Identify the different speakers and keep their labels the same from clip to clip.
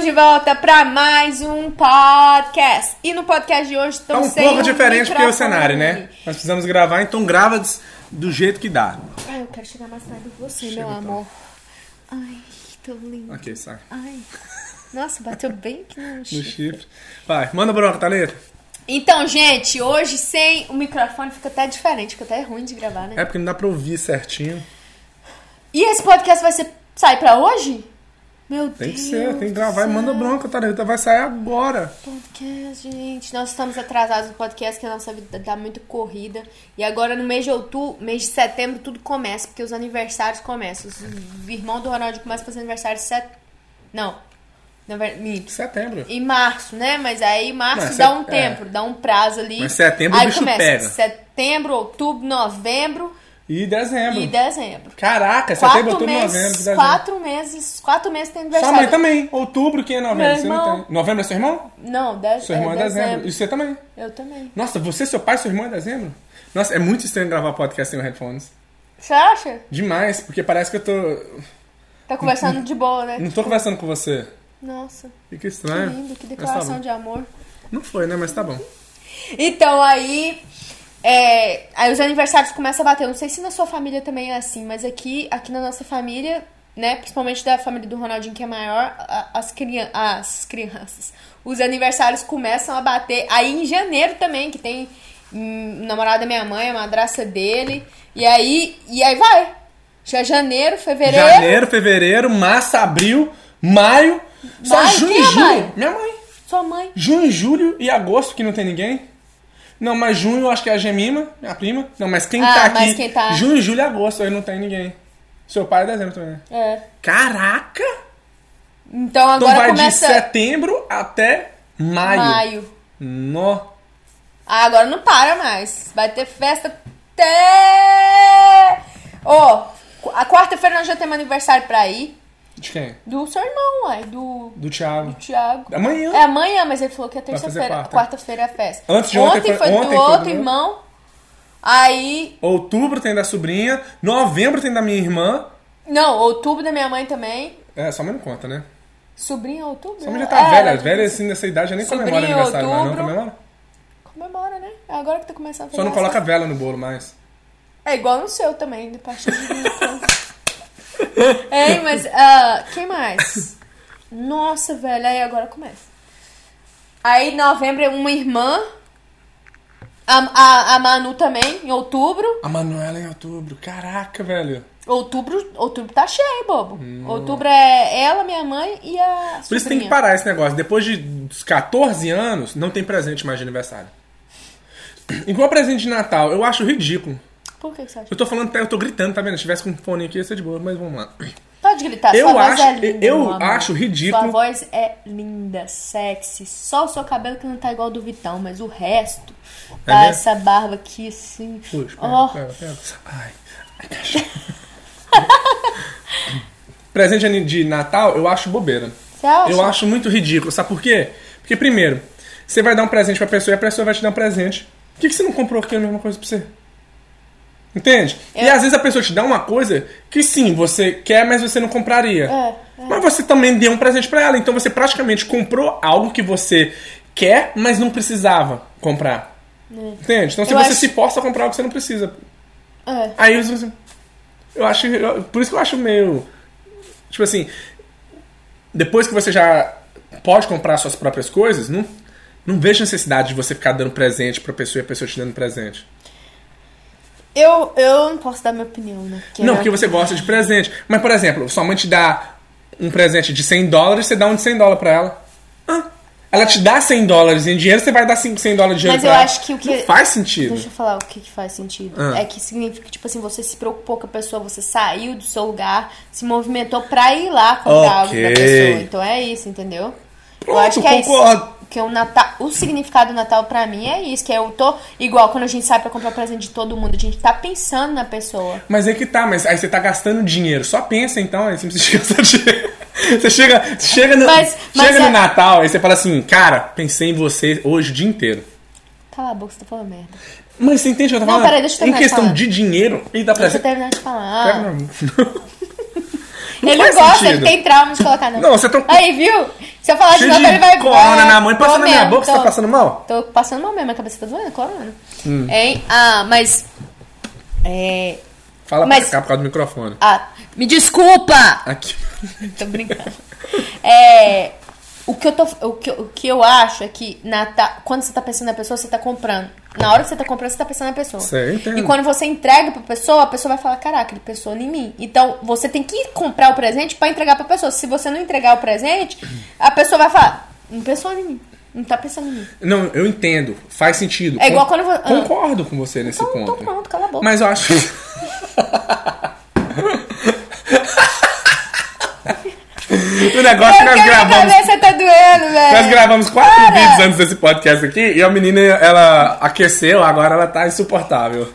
Speaker 1: de volta para mais um podcast. E no podcast de hoje
Speaker 2: Tá
Speaker 1: estão
Speaker 2: um
Speaker 1: sem
Speaker 2: pouco
Speaker 1: um
Speaker 2: diferente porque é o
Speaker 1: microfone.
Speaker 2: cenário, né? Nós precisamos gravar, então grava des- do jeito que dá.
Speaker 1: Ai, Ah, eu quero chegar mais perto de você,
Speaker 2: Chega,
Speaker 1: meu
Speaker 2: então.
Speaker 1: amor. Ai, tô lindo.
Speaker 2: Ok, sai.
Speaker 1: Ai. Nossa, bateu bem que não
Speaker 2: No chifre. Vai, manda bronca, Thalita.
Speaker 1: Então, gente, hoje sem o microfone fica até diferente, fica até ruim de gravar, né?
Speaker 2: É porque não dá pra ouvir certinho.
Speaker 1: E esse podcast vai ser sai pra hoje? Meu Deus.
Speaker 2: Tem que ser, tem que gravar e
Speaker 1: do
Speaker 2: manda
Speaker 1: céu.
Speaker 2: bronca, Thalita. Vai sair agora.
Speaker 1: Podcast, gente. Nós estamos atrasados no podcast, que a nossa vida tá muito corrida. E agora no mês de outubro, mês de setembro, tudo começa, porque os aniversários começam. Os- O irmão do Ronaldo começa a fazer aniversário em set... Não. Na ver- minto.
Speaker 2: Setembro.
Speaker 1: Em março, né? Mas aí março
Speaker 2: Mas
Speaker 1: dá
Speaker 2: set- é.
Speaker 1: um tempo, dá um prazo ali.
Speaker 2: Mas setembro o
Speaker 1: aí
Speaker 2: bicho
Speaker 1: começa
Speaker 2: pega.
Speaker 1: Setembro, outubro, novembro
Speaker 2: E dezembro.
Speaker 1: e dezembro.
Speaker 2: Caraca, setembro,
Speaker 1: Quatro
Speaker 2: outubro,
Speaker 1: meses,
Speaker 2: novembro, dezembro.
Speaker 1: quatro meses, quatro meses tem
Speaker 2: Sua
Speaker 1: aniversário.
Speaker 2: mãe também. Outubro que é novembro.
Speaker 1: Meu
Speaker 2: você
Speaker 1: irmão.
Speaker 2: não tem. Novembro é seu irmão?
Speaker 1: Não, dez,
Speaker 2: Seu irmão é,
Speaker 1: é
Speaker 2: dezembro.
Speaker 1: dezembro.
Speaker 2: E você também.
Speaker 1: Eu também.
Speaker 2: Nossa, você, seu pai, seu irmão é dezembro? Nossa, é muito estranho gravar podcast sem o headphones.
Speaker 1: Você acha?
Speaker 2: Demais, porque parece que eu tô.
Speaker 1: Tá conversando de boa, né?
Speaker 2: Não tô conversando com você.
Speaker 1: Nossa,
Speaker 2: Fica
Speaker 1: que
Speaker 2: estranho.
Speaker 1: lindo, que
Speaker 2: Mas tá
Speaker 1: declaração
Speaker 2: bom.
Speaker 1: de amor.
Speaker 2: Não foi, né? Mas tá bom.
Speaker 1: Então, aí. é, aí os aniversários começam a bater. Eu não sei se na sua família também é assim, mas aqui, aqui na nossa família, né? Principalmente da família do Ronaldinho, que é maior, a- as, crian as crianças. Os aniversários começam a bater. Aí em janeiro também, que tem hum, o namorado da minha mãe, a madraça dele. E aí, e aí vai. Já é janeiro, fevereiro.
Speaker 2: Janeiro, fevereiro, março, abril, maio. Só
Speaker 1: Maio?
Speaker 2: junho
Speaker 1: Quem
Speaker 2: e
Speaker 1: é
Speaker 2: julho.
Speaker 1: maio?
Speaker 2: Minha mãe.
Speaker 1: Sua mãe.
Speaker 2: Junho, julho e agosto, que não tem ninguém. Não, mas junho eu acho que é a Gemima, minha prima. Não, mas quem
Speaker 1: Ah,
Speaker 2: tá aqui.
Speaker 1: mas quem tá-
Speaker 2: Junho, julho e agosto, aí não tem ninguém. Seu pai é dezembro também.
Speaker 1: É.
Speaker 2: Caraca!
Speaker 1: Então
Speaker 2: Então
Speaker 1: agora
Speaker 2: vai
Speaker 1: começa
Speaker 2: de setembro até maio.
Speaker 1: maio.
Speaker 2: Nó.
Speaker 1: Ah, agora não para mais. Vai ter festa até. Ó, qu- a quarta-feira nós já temos aniversário pra ir.
Speaker 2: De quem?
Speaker 1: Do seu irmão, uai. Do
Speaker 2: Do Thiago.
Speaker 1: Thiago.
Speaker 2: Amanhã.
Speaker 1: É amanhã, mas ele falou que é
Speaker 2: fazer
Speaker 1: terça-feira.
Speaker 2: quarta.
Speaker 1: Quarta-feira é festa.
Speaker 2: Antes de
Speaker 1: ontem,
Speaker 2: ontem foi-
Speaker 1: foi do
Speaker 2: ontem foi do
Speaker 1: outro
Speaker 2: meu.
Speaker 1: irmão. Aí.
Speaker 2: Outubro tem da sobrinha. Novembro tem da minha irmã.
Speaker 1: Não, outubro da minha mãe também.
Speaker 2: É, sua mãe não conta, né?
Speaker 1: Sobrinha, outubro?
Speaker 2: Sua mãe
Speaker 1: né?
Speaker 2: já tá
Speaker 1: É,
Speaker 2: velha.
Speaker 1: ela-
Speaker 2: Velha assim, nessa idade, já nem
Speaker 1: Sobrinho,
Speaker 2: comemora aniversário mais, não
Speaker 1: outubro.
Speaker 2: comemora?
Speaker 1: Comemora, né? É agora que tá começando a
Speaker 2: Só não
Speaker 1: fazer
Speaker 2: coloca vela no bolo mais.
Speaker 1: É igual no seu também, de paixão de Ei, mas ah, quem mais? Nossa, velho, aí agora começa. Aí novembro é uma irmã. A, a, a Manu também, em outubro.
Speaker 2: A Manuela em outubro. Caraca, velho.
Speaker 1: Outubro, outubro tá cheio, bobo. Outubro é ela, minha mãe e a
Speaker 2: Hum. Por isso tem que
Speaker 1: sobrinha.
Speaker 2: parar esse negócio. Depois de dos 14 anos, não tem presente mais de aniversário. Igual presente de Natal, eu acho ridículo.
Speaker 1: Por que que você acha?
Speaker 2: Eu tô falando, até- eu tô gritando, tá vendo? Se tivesse com um fone aqui, ia ser de boa, mas vamos lá.
Speaker 1: Pode gritar,
Speaker 2: Eu
Speaker 1: sua voz
Speaker 2: acho-
Speaker 1: é linda.
Speaker 2: eu
Speaker 1: meu amor.
Speaker 2: acho ridículo.
Speaker 1: Sua voz é linda, sexy. Só o seu cabelo que não tá igual ao do Vitão, mas o resto.
Speaker 2: É
Speaker 1: Tá
Speaker 2: mesmo?
Speaker 1: essa barba aqui assim.
Speaker 2: Puxa, é. pera,
Speaker 1: Ó,
Speaker 2: pera, pera. Ai, ai, cachorro. Presente de- de Natal, eu acho bobeira.
Speaker 1: você acha?
Speaker 2: Eu acho muito ridículo, sabe por quê? Porque, primeiro, você vai dar um presente pra pessoa e a pessoa vai te dar um presente. Por que, que você não comprou aqui a mesma coisa pra você? Entende? E
Speaker 1: Eu-
Speaker 2: às vezes a pessoa te dá uma coisa que sim, você quer, mas você não compraria.
Speaker 1: É, é.
Speaker 2: Mas você também deu um presente pra ela, então você praticamente comprou algo que você quer, mas não precisava comprar. Entende? Então se
Speaker 1: É. Eu
Speaker 2: você
Speaker 1: acho-
Speaker 2: se força a comprar algo que você não precisa.
Speaker 1: É.
Speaker 2: Aí você. Eu acho. eu- por isso que eu acho meio. Tipo assim. Depois que você já pode comprar suas próprias coisas, não, não vejo necessidade de você ficar dando presente pra pessoa e a pessoa te dando presente.
Speaker 1: Eu, eu não posso dar minha opinião, né? Porque
Speaker 2: não,
Speaker 1: eu-
Speaker 2: porque você gosta de presente. Mas, por exemplo, sua mãe te dá um presente de 100 dólares, você dá um de 100 dólares pra ela. Ah, ela te dá 100 dólares em dinheiro, você vai dar 5, 100 dólares de
Speaker 1: Mas
Speaker 2: dinheiro pra
Speaker 1: eu
Speaker 2: ela.
Speaker 1: acho que o que-
Speaker 2: Não faz sentido.
Speaker 1: Deixa eu falar o que, que faz sentido.
Speaker 2: Ah.
Speaker 1: É que significa, tipo assim, você se preocupou com a pessoa, você saiu do seu lugar, se movimentou pra ir lá comprar algo
Speaker 2: Ok.
Speaker 1: da pessoa. Então é isso, entendeu?
Speaker 2: Pronto,
Speaker 1: eu acho que é
Speaker 2: concordo.
Speaker 1: isso. Que o, Natal, o significado do Natal pra mim é isso, que eu tô igual quando a gente sai pra comprar presente de todo mundo, a gente tá pensando na pessoa.
Speaker 2: Mas é que tá, mas aí você tá gastando dinheiro. Só pensa então, aí você não precisa gastar dinheiro. Você chega, chega, no,
Speaker 1: Mas- mas
Speaker 2: chega
Speaker 1: é-
Speaker 2: no Natal, aí você fala assim, cara, pensei em você hoje o dia inteiro.
Speaker 1: Cala a boca, você tá falando merda.
Speaker 2: Mas você entende o que eu tô
Speaker 1: Não,
Speaker 2: falando?
Speaker 1: peraí, deixa eu
Speaker 2: em
Speaker 1: terminar de
Speaker 2: questão
Speaker 1: falar.
Speaker 2: de dinheiro e dá pra
Speaker 1: Deixa eu terminar de falar.
Speaker 2: É, Não,
Speaker 1: ele não
Speaker 2: faz
Speaker 1: gosta,
Speaker 2: sentido.
Speaker 1: ele tem trauma de colocar na
Speaker 2: Não, você tá-
Speaker 1: Aí, viu? Se eu falar de
Speaker 2: Cheio
Speaker 1: Natal, ele vai
Speaker 2: de corona
Speaker 1: é,
Speaker 2: na mão e passando
Speaker 1: tô
Speaker 2: na minha
Speaker 1: mesmo,
Speaker 2: boca, você
Speaker 1: tô-
Speaker 2: tá passando mal?
Speaker 1: Tô passando mal mesmo, a cabeça tá doendo, corona. Hein? Ah, mas. É.
Speaker 2: Fala
Speaker 1: Mas-
Speaker 2: pra cá por causa do microfone.
Speaker 1: Ah, me desculpa!
Speaker 2: Aqui.
Speaker 1: Tô brincando. É, o, que eu tô, o, que, eu- o que eu acho é que Natal, quando você tá pensando na pessoa, você tá comprando. Na hora que você tá comprando, você tá pensando na pessoa.
Speaker 2: Sei, eu entendo.
Speaker 1: E quando você entrega pra pessoa, a pessoa vai falar, caraca, ele pensou em mim. Então, você tem que comprar o presente pra entregar pra pessoa. Se você não entregar o presente, a pessoa vai falar, não pensou em mim. Não tá pensando em mim.
Speaker 2: Não, eu entendo. Faz sentido.
Speaker 1: É igual quando eu vou- ah.
Speaker 2: Concordo com você nesse
Speaker 1: Então,
Speaker 2: ponto.
Speaker 1: então pronto, cala a boca.
Speaker 2: Mas eu acho. o negócio que
Speaker 1: Porque
Speaker 2: nós
Speaker 1: minha
Speaker 2: gravamos.
Speaker 1: cabeça tá doendo, velho.
Speaker 2: Nós gravamos quatro
Speaker 1: Para!
Speaker 2: vídeos antes desse podcast aqui e a menina, ela aqueceu, agora ela tá insuportável.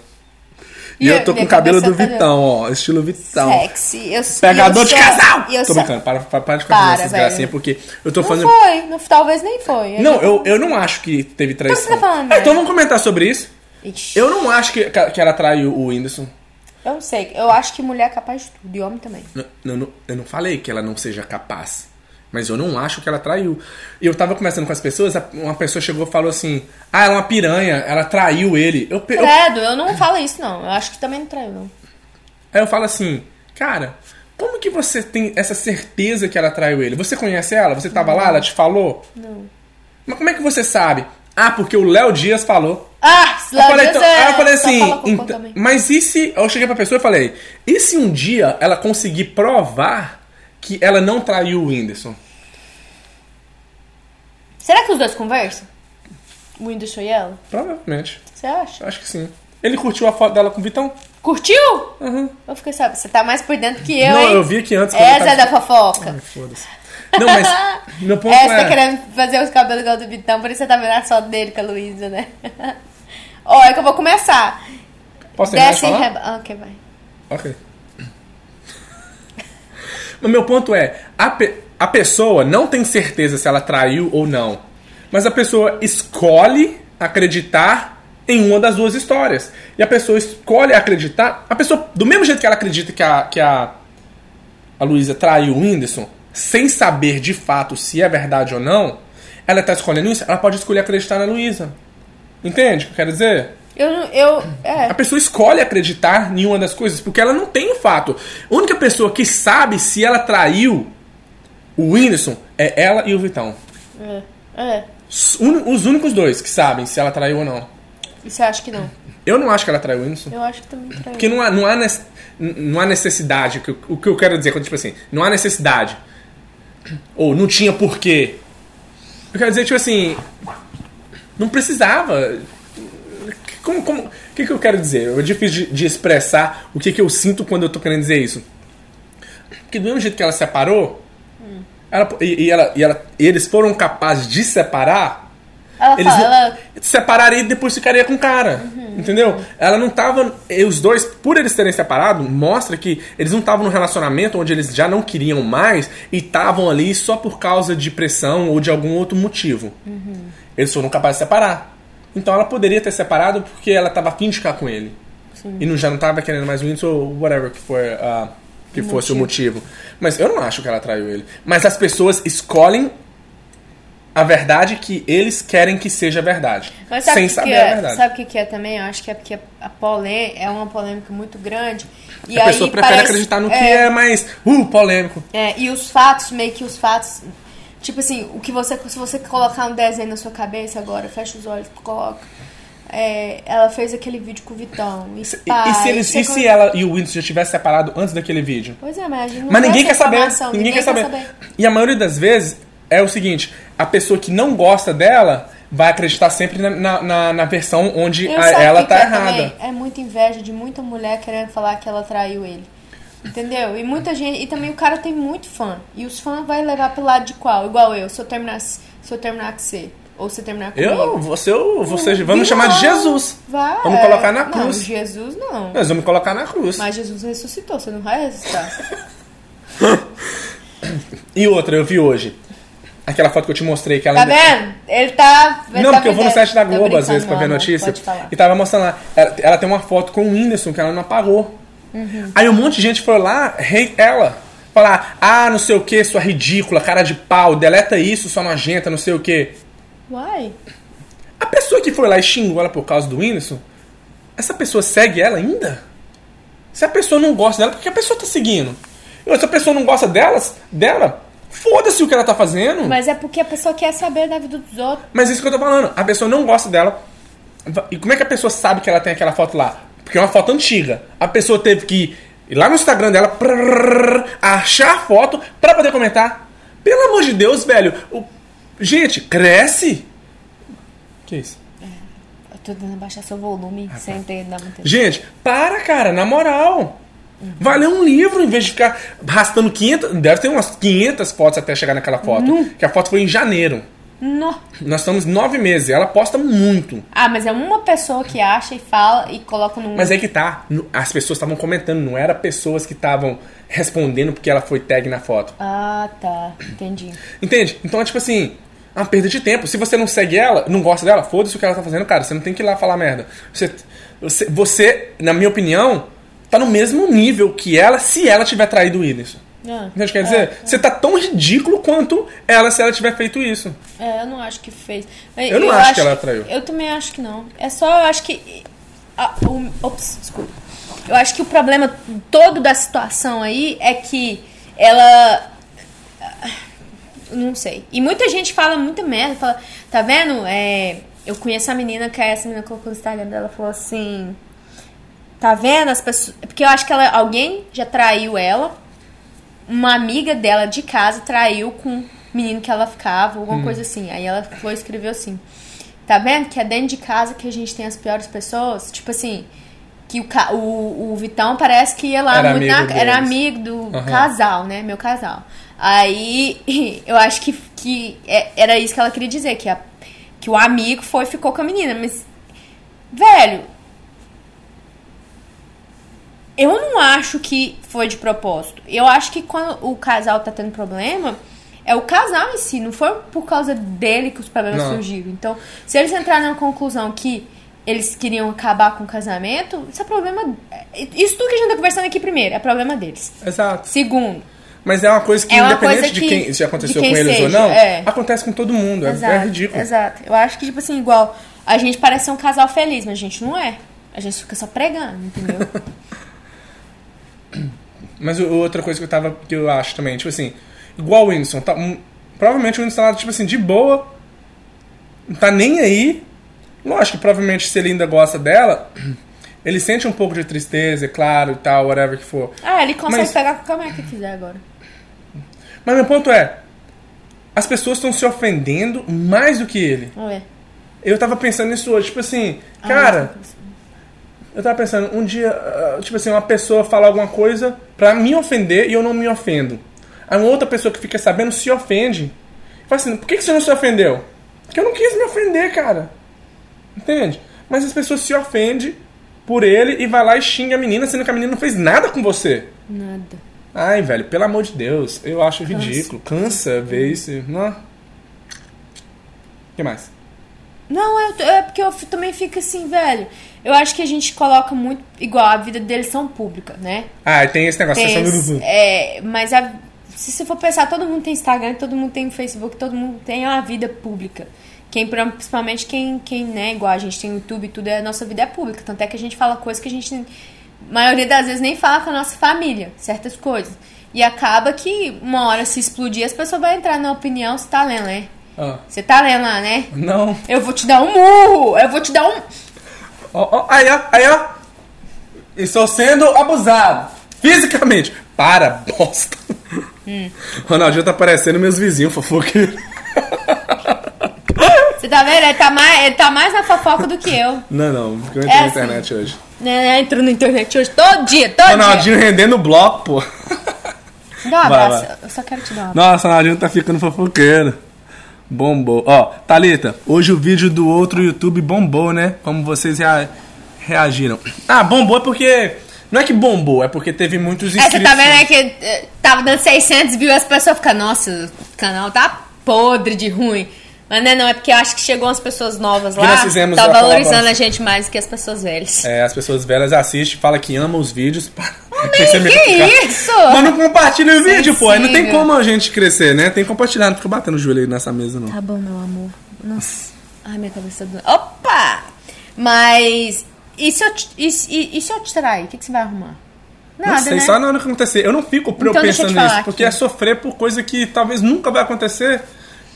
Speaker 2: E,
Speaker 1: E
Speaker 2: eu tô
Speaker 1: minha
Speaker 2: com o cabelo do
Speaker 1: cabeça tá
Speaker 2: Vitão, ó. Estilo Vitão.
Speaker 1: Sexy. Eu,
Speaker 2: então. Pegador
Speaker 1: eu
Speaker 2: de
Speaker 1: sou-
Speaker 2: casal!
Speaker 1: Eu
Speaker 2: tô
Speaker 1: sou-
Speaker 2: brincando, para, para, para de ficar fazendo
Speaker 1: Para,
Speaker 2: essas
Speaker 1: velho.
Speaker 2: gracinhas, porque eu tô
Speaker 1: Não
Speaker 2: fazendo.
Speaker 1: foi, não, talvez nem foi.
Speaker 2: Não, eu, eu não acho que teve traição.
Speaker 1: você tá falando,
Speaker 2: É,
Speaker 1: né?
Speaker 2: então vamos comentar sobre isso.
Speaker 1: Ixi, eu...
Speaker 2: Eu não acho que, que ela traiu o Whindersson.
Speaker 1: não sei, eu acho que mulher é capaz de tudo, e homem também.
Speaker 2: Não, não- não- eu não falei que ela não seja capaz. Mas eu não acho que ela traiu. E eu tava conversando com as pessoas, a- uma pessoa chegou e falou assim: Ah, ela é uma piranha, ela traiu ele. Eu, pe- eu-
Speaker 1: Credo, eu não falo isso não, eu acho que também não traiu não.
Speaker 2: aí eu falo assim: Cara, como que você tem essa certeza que ela traiu ele? Você conhece ela? Você tava lá? Ela te falou?
Speaker 1: Não.
Speaker 2: Mas como é que você sabe? Ah, porque o Léo Dias falou.
Speaker 1: Ah, se lá
Speaker 2: eu falei,
Speaker 1: Deus
Speaker 2: então,
Speaker 1: é-
Speaker 2: aí eu falei
Speaker 1: só
Speaker 2: assim,
Speaker 1: fala cocô
Speaker 2: então-
Speaker 1: também.
Speaker 2: mas e se. Eu cheguei pra pessoa e falei, e se um dia ela conseguir provar que ela não traiu o Whindersson?
Speaker 1: Será que os dois conversam? O Whindersson e ela?
Speaker 2: Provavelmente.
Speaker 1: Você acha?
Speaker 2: Eu Acho que sim. Ele curtiu a foto dela com o Vitão?
Speaker 1: Curtiu?
Speaker 2: Uhum.
Speaker 1: Eu fiquei sabendo, você tá mais por dentro que eu,
Speaker 2: não,
Speaker 1: hein?
Speaker 2: eu vi tá aqui antes. quando eu
Speaker 1: Essa
Speaker 2: tava-
Speaker 1: é da fofoca.
Speaker 2: Ai, foda-se. Não, mas. meu ponto
Speaker 1: Essa
Speaker 2: é.
Speaker 1: querendo fazer os cabelos igual do Vitão, por isso você tá vendo a foto dele com a Luísa, né? Ó, é que eu vou começar.
Speaker 2: Posso terminar de
Speaker 1: Desce e
Speaker 2: falar?
Speaker 1: reba... Ah, Ok, vai.
Speaker 2: Ok. Mas meu ponto é, a, pe- a pessoa não tem certeza se ela traiu ou não. Mas a pessoa escolhe acreditar em uma das duas histórias. E a pessoa escolhe acreditar. A pessoa, do mesmo jeito que ela acredita que a, que a, a Luísa traiu o Whindersson, sem saber de fato se é verdade ou não, ela tá escolhendo isso, ela pode escolher acreditar na Luísa. Entende o que eu quero dizer?
Speaker 1: Eu, não- eu, é.
Speaker 2: A pessoa escolhe acreditar em uma das coisas porque ela não tem o fato. A única pessoa que sabe se ela traiu o Whindersson é ela e o Vitão.
Speaker 1: É, é.
Speaker 2: Os uni- os únicos dois que sabem se ela traiu ou não.
Speaker 1: E você acha que não?
Speaker 2: Eu não acho que ela traiu o Whindersson.
Speaker 1: Eu acho que também traiu.
Speaker 2: Porque não há, não há, nes- n- não há necessidade. O que, eu- o que eu quero dizer, quando, tipo assim, não há necessidade. Ou não tinha porquê. Eu quero dizer, tipo assim, não precisava. Como, como, o que, que eu quero dizer? É difícil de, de expressar o que, que eu sinto quando eu tô querendo dizer isso. Porque do mesmo jeito que ela separou, ela, e, e ela, e ela- e eles foram capazes de separar,
Speaker 1: Ela
Speaker 2: eles
Speaker 1: fala, "Ah, Uhum.
Speaker 2: não-
Speaker 1: ela-
Speaker 2: separaria e depois ficaria com o cara. Entendeu? Ela não tava. e Os dois, por eles terem separado, mostra que eles não estavam num relacionamento onde eles já não queriam mais e estavam ali só por causa de pressão ou de algum outro motivo. Eles foram capazes de separar. Então ela poderia ter separado porque ela tava afim de ficar com ele. E não, já não tava querendo mais o Windows ou whatever que for. ah, que fosse o motivo. Mas eu não acho que ela traiu ele. Mas as pessoas escolhem a verdade que eles querem que seja a verdade.
Speaker 1: Mas sabe
Speaker 2: sem
Speaker 1: o que
Speaker 2: saber
Speaker 1: que
Speaker 2: a
Speaker 1: é?
Speaker 2: verdade.
Speaker 1: Sabe o que que é também? Eu acho que é porque a polê é uma polêmica muito grande. E
Speaker 2: a
Speaker 1: aí
Speaker 2: pessoa prefere
Speaker 1: parece-
Speaker 2: acreditar no que
Speaker 1: é,
Speaker 2: é mais. Uh, polêmico.
Speaker 1: é, E os fatos, meio que os fatos. Tipo assim, o que você. Se você colocar um desenho na sua cabeça agora, fecha os olhos, coloca. É, ela fez aquele vídeo com o Vitão. E,
Speaker 2: E,
Speaker 1: pá,
Speaker 2: e se, eles,
Speaker 1: você
Speaker 2: e se ela e o Windows já tivessem separado antes daquele vídeo?
Speaker 1: Pois é, mas a gente não
Speaker 2: Mas
Speaker 1: tem
Speaker 2: ninguém
Speaker 1: essa
Speaker 2: quer saber.
Speaker 1: informação,
Speaker 2: Ninguém, quer, saber.
Speaker 1: saber.
Speaker 2: E a maioria das vezes é o seguinte: a pessoa que não gosta dela vai acreditar sempre na, na, na- na versão onde
Speaker 1: Eu
Speaker 2: a-
Speaker 1: sabe o
Speaker 2: ela
Speaker 1: que
Speaker 2: tá
Speaker 1: que é
Speaker 2: errada.
Speaker 1: também? É muita inveja de muita mulher querendo falar que ela traiu ele. Entendeu? E muita gente. E também o cara tem muito fã. E os fãs vai levar pro lado de qual? Igual eu, se eu terminar, se eu terminar com você. Ou se eu terminar comigo.
Speaker 2: Eu, você, eu- você, vamos
Speaker 1: Vira
Speaker 2: chamar de
Speaker 1: lá.
Speaker 2: Jesus.
Speaker 1: Vai. é.
Speaker 2: Vamos colocar na
Speaker 1: Não,
Speaker 2: cruz. É.
Speaker 1: Jesus não.
Speaker 2: Nós vamos colocar na cruz.
Speaker 1: Mas Jesus ressuscitou, você não vai ressuscitar.
Speaker 2: E outra, eu vi hoje. Aquela foto que eu te mostrei que ela
Speaker 1: Tá
Speaker 2: ainda-
Speaker 1: vendo? Ele tá. ele
Speaker 2: Não,
Speaker 1: tá
Speaker 2: porque eu vou no
Speaker 1: vendendo.
Speaker 2: site da
Speaker 1: Tô
Speaker 2: Globo às
Speaker 1: brincando,
Speaker 2: vezes pra ver
Speaker 1: meu amor,
Speaker 2: notícia.
Speaker 1: Pode falar.
Speaker 2: E tava mostrando lá. Ela, ela
Speaker 1: Uhum.
Speaker 2: um tem uma foto com o Whindersson que ela não apagou. Aí um monte de gente foi lá, rei ela. falar, ah, não sei o que, sua ridícula, cara de pau, deleta isso, sua nojenta, não sei o que.
Speaker 1: Uai.
Speaker 2: A pessoa que foi lá e xingou ela por causa do Whindersson, essa pessoa segue ela ainda? Se a pessoa não gosta dela, por que a pessoa tá seguindo? E se a pessoa não gosta delas, dela, foda-se o que ela tá fazendo. Mas...
Speaker 1: Mas é porque a pessoa quer saber da vida dos outros.
Speaker 2: isso que eu tô falando, a pessoa não gosta dela. E como é que a pessoa sabe que ela tem aquela foto lá? Porque é uma foto antiga. A pessoa teve que ir lá no Instagram dela, prrr, achar a foto pra poder comentar. Pelo amor de Deus, velho. o- Gente, cresce. Que isso?
Speaker 1: Eu tô tentando baixar seu volume
Speaker 2: Ah, tá.
Speaker 1: sem ter dar muito
Speaker 2: Gente, para, cara, na moral. Vai ler um livro em vez de ficar arrastando 500. Deve ter umas 500 fotos até chegar naquela foto. Que a foto foi em janeiro.
Speaker 1: No.
Speaker 2: Nós estamos nove meses. Ela posta muito.
Speaker 1: Ah, mas é uma pessoa que acha e fala e coloca num.
Speaker 2: Mas aí que tá. no- As pessoas estavam comentando, não era pessoas que estavam respondendo porque ela foi tag na foto.
Speaker 1: Ah, tá. Entendi.
Speaker 2: Entende? Então é tipo assim. Uma perda de tempo. Se você não segue ela, não gosta dela, foda-se o que ela tá fazendo, cara. Você não tem que ir lá falar merda. Você, você, você, na minha opinião, tá no mesmo nível que ela se ela tiver traído o Whindersson.
Speaker 1: Ah.
Speaker 2: Entende o que quer dizer? Você tá tão ridículo quanto ela se ela tiver feito isso.
Speaker 1: É, eu não acho que fez. É,
Speaker 2: Eu não acho que ela atraiu.
Speaker 1: Eu também acho que não. É só, eu acho que. a- o- ops, desculpa. Eu acho que o problema todo da situação aí é que ela. ah, Não sei. E muita gente fala muita merda. Fala, tá vendo? É, eu conheço a menina que essa menina colocou no Instagram dela. Falou assim. Tá vendo? As pessoas. Porque eu acho que ela, alguém já traiu ela uma amiga dela de casa traiu com um menino que ela ficava, alguma
Speaker 2: Hum.
Speaker 1: coisa assim. Aí ela foi e escreveu assim: Tá vendo que é dentro de casa que a gente tem as piores pessoas? Tipo assim, que o, ca- o, o Vitão parece que ia lá
Speaker 2: Era
Speaker 1: muito
Speaker 2: amigo
Speaker 1: na, era
Speaker 2: deles.
Speaker 1: amigo do
Speaker 2: Aham.
Speaker 1: casal, né? Meu casal. Aí eu acho que, que é- era isso que ela queria dizer, que, a, que o amigo foi e ficou com a menina, mas. Velho, eu não acho que foi de propósito. Eu acho que quando o casal tá tendo problema, é o casal em si, não foi por causa dele que os problemas
Speaker 2: Não.
Speaker 1: surgiram. Então, se eles entrarem na conclusão que eles queriam acabar com o casamento, isso é problema. Isso tudo que a gente tá conversando aqui primeiro, é problema deles.
Speaker 2: Exato.
Speaker 1: Segundo,
Speaker 2: Mas é uma coisa que,
Speaker 1: É uma
Speaker 2: independente
Speaker 1: coisa
Speaker 2: de
Speaker 1: que-
Speaker 2: quem se aconteceu
Speaker 1: de quem
Speaker 2: com eles ou
Speaker 1: seja,
Speaker 2: não,
Speaker 1: é.
Speaker 2: acontece com todo mundo. É,
Speaker 1: exato,
Speaker 2: é ridículo.
Speaker 1: Exato. Eu acho que, tipo assim, igual, a gente parece ser um casal feliz, mas a gente não é. A gente fica só pregando, entendeu?
Speaker 2: Mas o- outra coisa que eu tava. que eu acho também, tipo assim, igual o Whindersson, tá, um- provavelmente o Whindersson tá, tipo assim, de boa. Não tá nem aí. Lógico que provavelmente se ele ainda gosta dela, ele sente um pouco de tristeza, é claro, e tal, whatever que for.
Speaker 1: ah, ele consegue
Speaker 2: Mas-
Speaker 1: pegar com a que quiser agora.
Speaker 2: Mas meu ponto é. As pessoas estão se ofendendo mais do que ele.
Speaker 1: Vamos ver.
Speaker 2: Eu tava pensando nisso hoje, tipo assim,
Speaker 1: Ah,
Speaker 2: cara, eu tava pensando, um dia, ah, tipo assim, uma pessoa fala alguma coisa pra me ofender e eu não me ofendo. Aí uma outra pessoa que fica sabendo se ofende. Fala assim, por que que você não se ofendeu? Porque eu não quis me ofender, cara. Entende? Mas as pessoas se ofendem por ele e vai lá e xinga a menina, sendo que a menina não fez nada com você.
Speaker 1: Nada.
Speaker 2: Ai, velho, pelo amor de Deus, eu acho ridículo. Cansa ver isso. Não. que mais?
Speaker 1: Não, é, é porque eu f- também fico assim, velho. Eu acho que a gente coloca muito. Igual, a vida deles são pública, né?
Speaker 2: Ah, e tem esse negócio,
Speaker 1: Tem,
Speaker 2: sessão do
Speaker 1: é, mas a- se você for pensar, todo mundo tem Instagram, todo mundo tem Facebook, todo mundo tem uma vida pública. Quem, principalmente quem, quem, né, igual a gente tem YouTube e tudo, é- a nossa vida é pública. Tanto é que a gente fala coisas que a gente, a maioria das vezes, nem fala com a nossa família, certas coisas. E acaba que uma hora se explodir, as pessoas vão entrar na opinião, você tá lendo, né?
Speaker 2: Ah,
Speaker 1: Você tá lendo lá, né?
Speaker 2: não.
Speaker 1: Eu vou te dar um murro, eu vou te dar um.
Speaker 2: Ó, ó, aí, ó, aí, ó. Estou sendo abusado. Fisicamente. Para, bosta.
Speaker 1: Hum.
Speaker 2: Ronaldinho tá parecendo meus vizinhos, fofoqueiro.
Speaker 1: Você tá vendo? Ele tá mais, ele tá mais na fofoca do que eu.
Speaker 2: Não, não, porque eu entrei
Speaker 1: É
Speaker 2: na
Speaker 1: assim.
Speaker 2: internet hoje.
Speaker 1: Né, Entrou na internet hoje todo dia, todo
Speaker 2: Ronaldinho rendendo bloco, pô.
Speaker 1: dia. Dá um
Speaker 2: Vai,
Speaker 1: abraço.
Speaker 2: vai.
Speaker 1: Eu só quero te dar um abraço.
Speaker 2: Nossa, Ronaldinho tá ficando fofoqueiro. Bombou. Ó, Thalita, hoje o vídeo do outro YouTube bombou, né? Como vocês rea- reagiram. Ah, bombou é porque. Não é que bombou, é porque teve muitos
Speaker 1: É,
Speaker 2: inscritos.
Speaker 1: você tá vendo é que eh, tava dando 600 views as pessoas ficam, nossa, o canal tá podre de ruim. Mas não é não, é porque eu acho que chegou umas pessoas novas
Speaker 2: Que
Speaker 1: lá.
Speaker 2: nós fizemos
Speaker 1: tá
Speaker 2: uma
Speaker 1: valorizando
Speaker 2: colaboração.
Speaker 1: a gente mais do que as pessoas velhas.
Speaker 2: É, as pessoas velhas assistem, falam que amam os vídeos. Para, Esse é meio complicado.
Speaker 1: Que isso?
Speaker 2: Mas não compartilha o vídeo, pô. Aí não tem
Speaker 1: Sensível.
Speaker 2: como a gente crescer, né? Tem que compartilhar, não fica batendo o joelho aí nessa mesa, não.
Speaker 1: Tá bom, meu amor. Nossa. Ai, minha cabeça doendo. Opa! Mas. E se eu te, e, se- e, e se eu te trair? O que, que você vai arrumar? Nada,
Speaker 2: não sei,
Speaker 1: né?
Speaker 2: só na hora que acontecer. Eu não fico pre-
Speaker 1: Então deixa eu
Speaker 2: pensando
Speaker 1: te
Speaker 2: nisso,
Speaker 1: falar
Speaker 2: porque
Speaker 1: aqui.
Speaker 2: é sofrer por coisa que talvez nunca vai acontecer.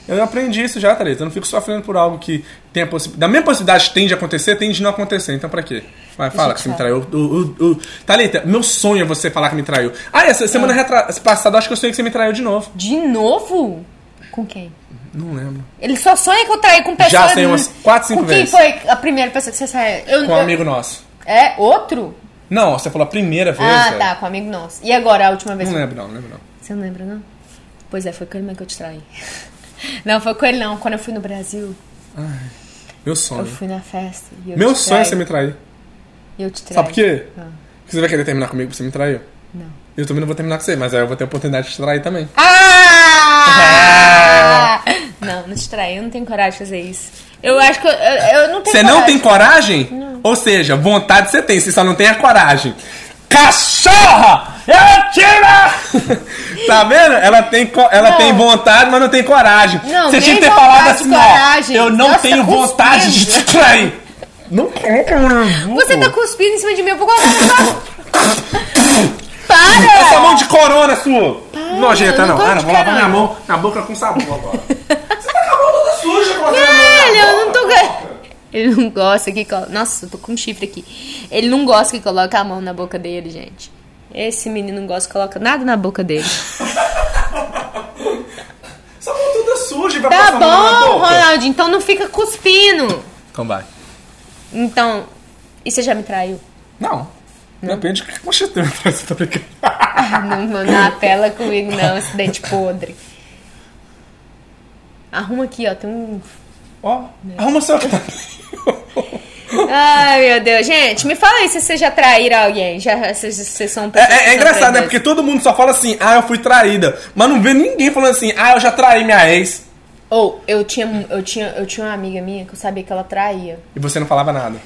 Speaker 2: Eu aprendi isso já, Thalita. Eu não fico sofrendo por algo que tem a possibilidade. Da mesma possibilidade que tem de acontecer, tem de não acontecer. Então pra quê? Vai, fala
Speaker 1: eu
Speaker 2: que
Speaker 1: te
Speaker 2: você me traiu. Eu, eu- eu- Thalita, meu sonho é você falar que me traiu. Ah, essa semana retra- passada, acho que eu sonhei que você me traiu de novo.
Speaker 1: De novo? Com quem?
Speaker 2: Não lembro.
Speaker 1: Ele só sonha que eu traí com pessoas.
Speaker 2: Já sei umas quatro, cinco
Speaker 1: com quem
Speaker 2: vezes.
Speaker 1: foi a primeira pessoa que você saiu? Eu-
Speaker 2: Com um
Speaker 1: eu-
Speaker 2: amigo nosso.
Speaker 1: É? Outro?
Speaker 2: Não, você falou a primeira vez.
Speaker 1: ah,
Speaker 2: velho.
Speaker 1: tá, com um amigo nosso. E agora, a última vez?
Speaker 2: é. Não lembro, não, não lembro, não.
Speaker 1: Você não lembra, não? Pois é, foi com ele mesmo que eu te traí. Não, foi com ele não. Quando eu fui no Brasil,
Speaker 2: Meu
Speaker 1: eu
Speaker 2: sonho.
Speaker 1: fui na festa. E eu
Speaker 2: Meu
Speaker 1: te
Speaker 2: sonho é
Speaker 1: traí.
Speaker 2: você me trair.
Speaker 1: E eu te traí.
Speaker 2: Sabe por quê?
Speaker 1: Ah,
Speaker 2: Porque você vai querer terminar comigo porque você me traiu.
Speaker 1: não.
Speaker 2: Eu também não vou terminar com você, mas aí eu vou ter a oportunidade de te trair também.
Speaker 1: Ah!
Speaker 2: É.
Speaker 1: Não, não te traí. Eu não tenho coragem de fazer isso. Eu acho que eu, eu, eu não tenho
Speaker 2: Você
Speaker 1: coragem.
Speaker 2: não tem coragem? Ou seja, vontade você tem, você só não tem a coragem. Cachorra! Eu tiro! tá vendo? Ela tem, co- ela
Speaker 1: Não.
Speaker 2: tem vontade, mas não tem coragem.
Speaker 1: Não,
Speaker 2: você tinha
Speaker 1: nem
Speaker 2: que ter
Speaker 1: vontade,
Speaker 2: falado assim,
Speaker 1: coragem.
Speaker 2: ó. Eu não
Speaker 1: Nossa,
Speaker 2: tenho
Speaker 1: cuspindo.
Speaker 2: vontade de te trair. Não coloca no
Speaker 1: Você tá
Speaker 2: cu.
Speaker 1: cuspindo em cima de mim. Eu vou colocar
Speaker 2: Essa
Speaker 1: Para!
Speaker 2: mão de corona é sua! Nojenta
Speaker 1: eu não tô
Speaker 2: não. Ah, não,
Speaker 1: de
Speaker 2: vou lavar minha
Speaker 1: carona.
Speaker 2: mão na boca com sabão agora. Você tá com a mão toda suja, colocando a mão na
Speaker 1: Velho, eu
Speaker 2: boca.
Speaker 1: não tô... ga- Ele não gosta que... colo- Nossa, eu tô com um chifre aqui. Ele não gosta que coloca a mão na boca dele, gente. Esse menino não gosta que coloca nada na boca dele.
Speaker 2: Essa mão toda suja, vai
Speaker 1: Tá
Speaker 2: passar a mão na
Speaker 1: bom,
Speaker 2: boca.
Speaker 1: Ronaldinho. Então não fica cuspindo.
Speaker 2: Então vai.
Speaker 1: Então... E você já me traiu?
Speaker 2: Não. Depende do que tá constitui uma traição, tô brincando.
Speaker 1: Não, não, não apela comigo, não, esse dente podre. Arruma aqui, ó, tem um.
Speaker 2: Ó, arruma só que tá.
Speaker 1: Ai, meu Deus. Gente, me fala aí se vocês já traíram alguém. Já, vocês, vocês são
Speaker 2: É,
Speaker 1: pessoas que
Speaker 2: é- é
Speaker 1: são
Speaker 2: engraçado, né?
Speaker 1: traídas.
Speaker 2: Porque todo mundo só fala assim, ah, eu fui traída. Mas não vê ninguém falando assim, ah, eu já traí minha ex.
Speaker 1: Ou, eu, tinha, eu, tinha, eu tinha uma amiga minha que eu sabia que ela traía.
Speaker 2: E você não falava nada.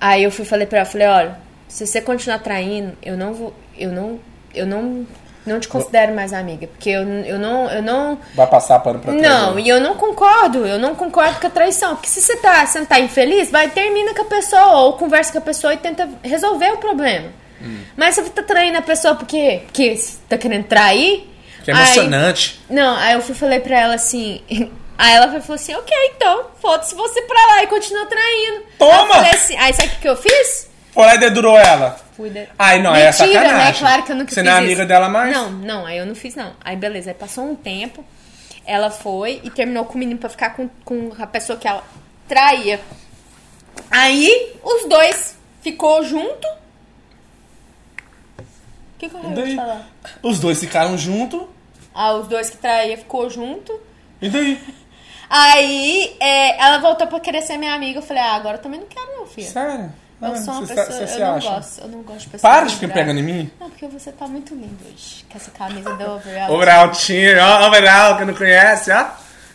Speaker 1: Aí eu fui falei pra ela, falei, olha, se você continuar traindo, eu não vou. Eu não. Eu não. Não te considero mais amiga. Porque eu, eu não. Eu não
Speaker 2: Vai passar pano pra
Speaker 1: Não,
Speaker 2: traidor.
Speaker 1: e eu não concordo. Eu não concordo com a traição. Porque se você tá, você não tá infeliz, vai, termina com a pessoa. Ou conversa com a pessoa e tenta resolver o problema.
Speaker 2: Hum.
Speaker 1: Mas se você tá traindo a pessoa porque, porque você tá querendo trair.
Speaker 2: Que é
Speaker 1: aí-
Speaker 2: emocionante.
Speaker 1: não, aí eu fui falei pra ela assim. Aí ela foi- falou assim: ok, então, foda-se você pra lá e continua traindo.
Speaker 2: Toma!
Speaker 1: Aí, eu falei assim, aí sabe o que que eu fiz?
Speaker 2: Foi lá e dedurou ela.
Speaker 1: Fui de-
Speaker 2: Ai, não,
Speaker 1: Mentira,
Speaker 2: é sacanagem.
Speaker 1: né? Claro que eu nunca
Speaker 2: Você
Speaker 1: fiz
Speaker 2: não é
Speaker 1: isso.
Speaker 2: amiga dela mais?
Speaker 1: Não, não, aí eu não fiz, não. Aí beleza, aí passou um tempo, ela foi e terminou com o menino pra ficar com, com a pessoa que ela traía. Aí os dois ficou junto. O que, que eu ia
Speaker 2: Daí,
Speaker 1: te falar?
Speaker 2: os dois ficaram junto.
Speaker 1: Ah, os dois que traía ficou junto.
Speaker 2: E daí?
Speaker 1: Aí é, ela voltou pra querer ser minha amiga. Eu falei, ah, agora eu também não quero, não, filha.
Speaker 2: Sério?
Speaker 1: Eu
Speaker 2: Ah,
Speaker 1: sou uma
Speaker 2: você
Speaker 1: pessoa,
Speaker 2: você se
Speaker 1: eu não
Speaker 2: acha?
Speaker 1: gosto, eu não gosto de pessoas.
Speaker 2: Para de ficar
Speaker 1: penduradas.
Speaker 2: pegando em mim.
Speaker 1: Não, porque você tá muito lindo hoje. Com essa camisa da overall.
Speaker 2: Overaltinho, ó, overall, que não conhece, ó.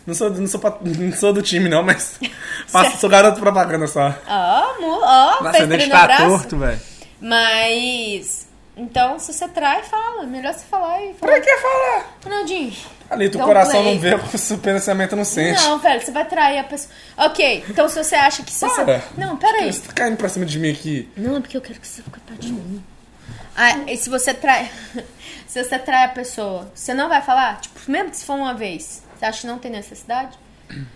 Speaker 2: Não sou, não sou, pa- não sou do time, não, mas. Faço, sou garoto propaganda só.
Speaker 1: Ó, amor, ó,
Speaker 2: Nossa,
Speaker 1: fez
Speaker 2: o dente
Speaker 1: treino
Speaker 2: tá
Speaker 1: no braço.
Speaker 2: torto, velho.
Speaker 1: Mas. Então, se você trai, fala. Melhor você falar e falar.
Speaker 2: Pra que falar?
Speaker 1: Ronaldinho.
Speaker 2: Ali, tu
Speaker 1: Don't
Speaker 2: coração
Speaker 1: play.
Speaker 2: não vê, o seu pensamento não sente.
Speaker 1: Não, velho, você vai trair a pessoa. Ok, então se você acha que se você.
Speaker 2: Para.
Speaker 1: Não, peraí.
Speaker 2: Você tá caindo pra cima de mim aqui.
Speaker 1: Não, é porque eu quero que você fique perto de mim. Ah, e se você trai. se você trai a pessoa, você não vai falar? Tipo, mesmo que se for uma vez, você acha que não tem necessidade?
Speaker 2: Não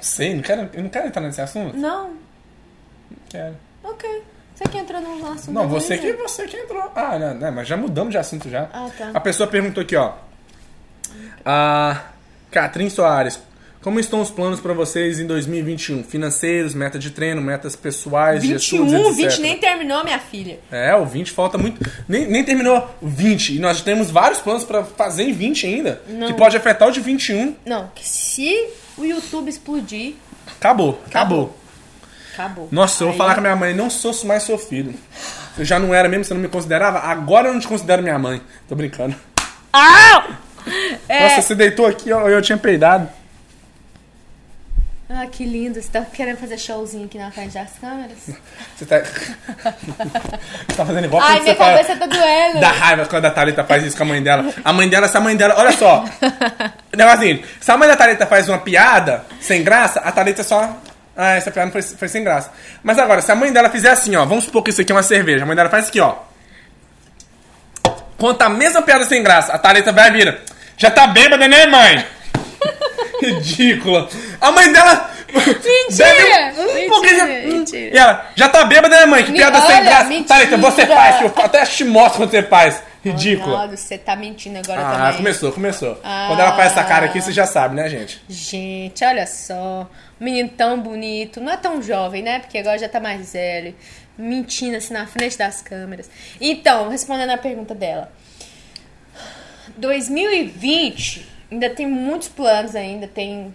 Speaker 2: sei, não quero, eu não quero entrar nesse assunto.
Speaker 1: Não.
Speaker 2: Não quero.
Speaker 1: Ok. Você que entrou no assunto.
Speaker 2: Não,
Speaker 1: eu
Speaker 2: você
Speaker 1: nem
Speaker 2: que,
Speaker 1: sei.
Speaker 2: você que entrou. Ah, não, não, mas já mudamos de assunto já.
Speaker 1: né? Ah, tá.
Speaker 2: A pessoa perguntou aqui, ó. A Catrin Soares. Como estão os planos pra vocês em 2021? Financeiros, meta de treino, metas pessoais, de
Speaker 1: 21, 20
Speaker 2: etc.
Speaker 1: um, nem terminou, minha filha.
Speaker 2: É, o 20 falta muito. Nem, nem terminou 20. E nós temos vários planos pra fazer em 20 ainda. Que pode afetar o de 21.
Speaker 1: Não, que se o YouTube explodir,
Speaker 2: Acabou, acabou.
Speaker 1: acabou.
Speaker 2: Nossa, eu vou
Speaker 1: Aí-
Speaker 2: falar com a minha mãe, não sou mais seu filho. Eu já não era mesmo, você não me considerava? Agora eu não te considero minha mãe. Tô brincando.
Speaker 1: Au! É...
Speaker 2: Nossa, você deitou aqui, ó, eu tinha peidado.
Speaker 1: Ai, Ah, que lindo. Você tá querendo fazer showzinho aqui na frente das câmeras?
Speaker 2: Você tá. você tá fazendo igual
Speaker 1: Ai,
Speaker 2: quando você
Speaker 1: minha
Speaker 2: fala-
Speaker 1: cabeça tá doendo.
Speaker 2: Dá raiva quando a Thalita faz isso com a mãe dela. A mãe dela, se a mãe dela. Olha só. O negócio é o seguinte: se a mãe da Thalita faz uma piada sem graça, a Thalita só. Ah, essa piada foi, foi sem graça. Mas agora, se a mãe dela fizer assim, ó. Vamos supor que isso aqui é uma cerveja. A mãe dela faz aqui, ó. Conta a mesma piada sem graça. A Thalita vai e vira. Já tá bêbada, né, mãe? Ridícula. A mãe dela.
Speaker 1: Mentira!
Speaker 2: Bebe um
Speaker 1: Mentira,
Speaker 2: pouquinho-
Speaker 1: mentira.
Speaker 2: E ela, já tá bêbada, né, mãe? Que
Speaker 1: Me-
Speaker 2: piada sem
Speaker 1: olha,
Speaker 2: graça.
Speaker 1: mentira.
Speaker 2: Thalita, você faz, que eu até te mostro quando você faz. Ridícula.
Speaker 1: Ronaldo, você tá mentindo agora
Speaker 2: Ah,
Speaker 1: também.
Speaker 2: começou, começou.
Speaker 1: Ah.
Speaker 2: Quando ela faz essa cara aqui, você já sabe, né, gente?
Speaker 1: Gente, olha só. Um menino tão bonito. Não é tão jovem, né? Porque agora já tá mais velho. Mentindo assim na frente das câmeras. Então, respondendo a pergunta dela. 2020 ainda tem muitos planos ainda. Tem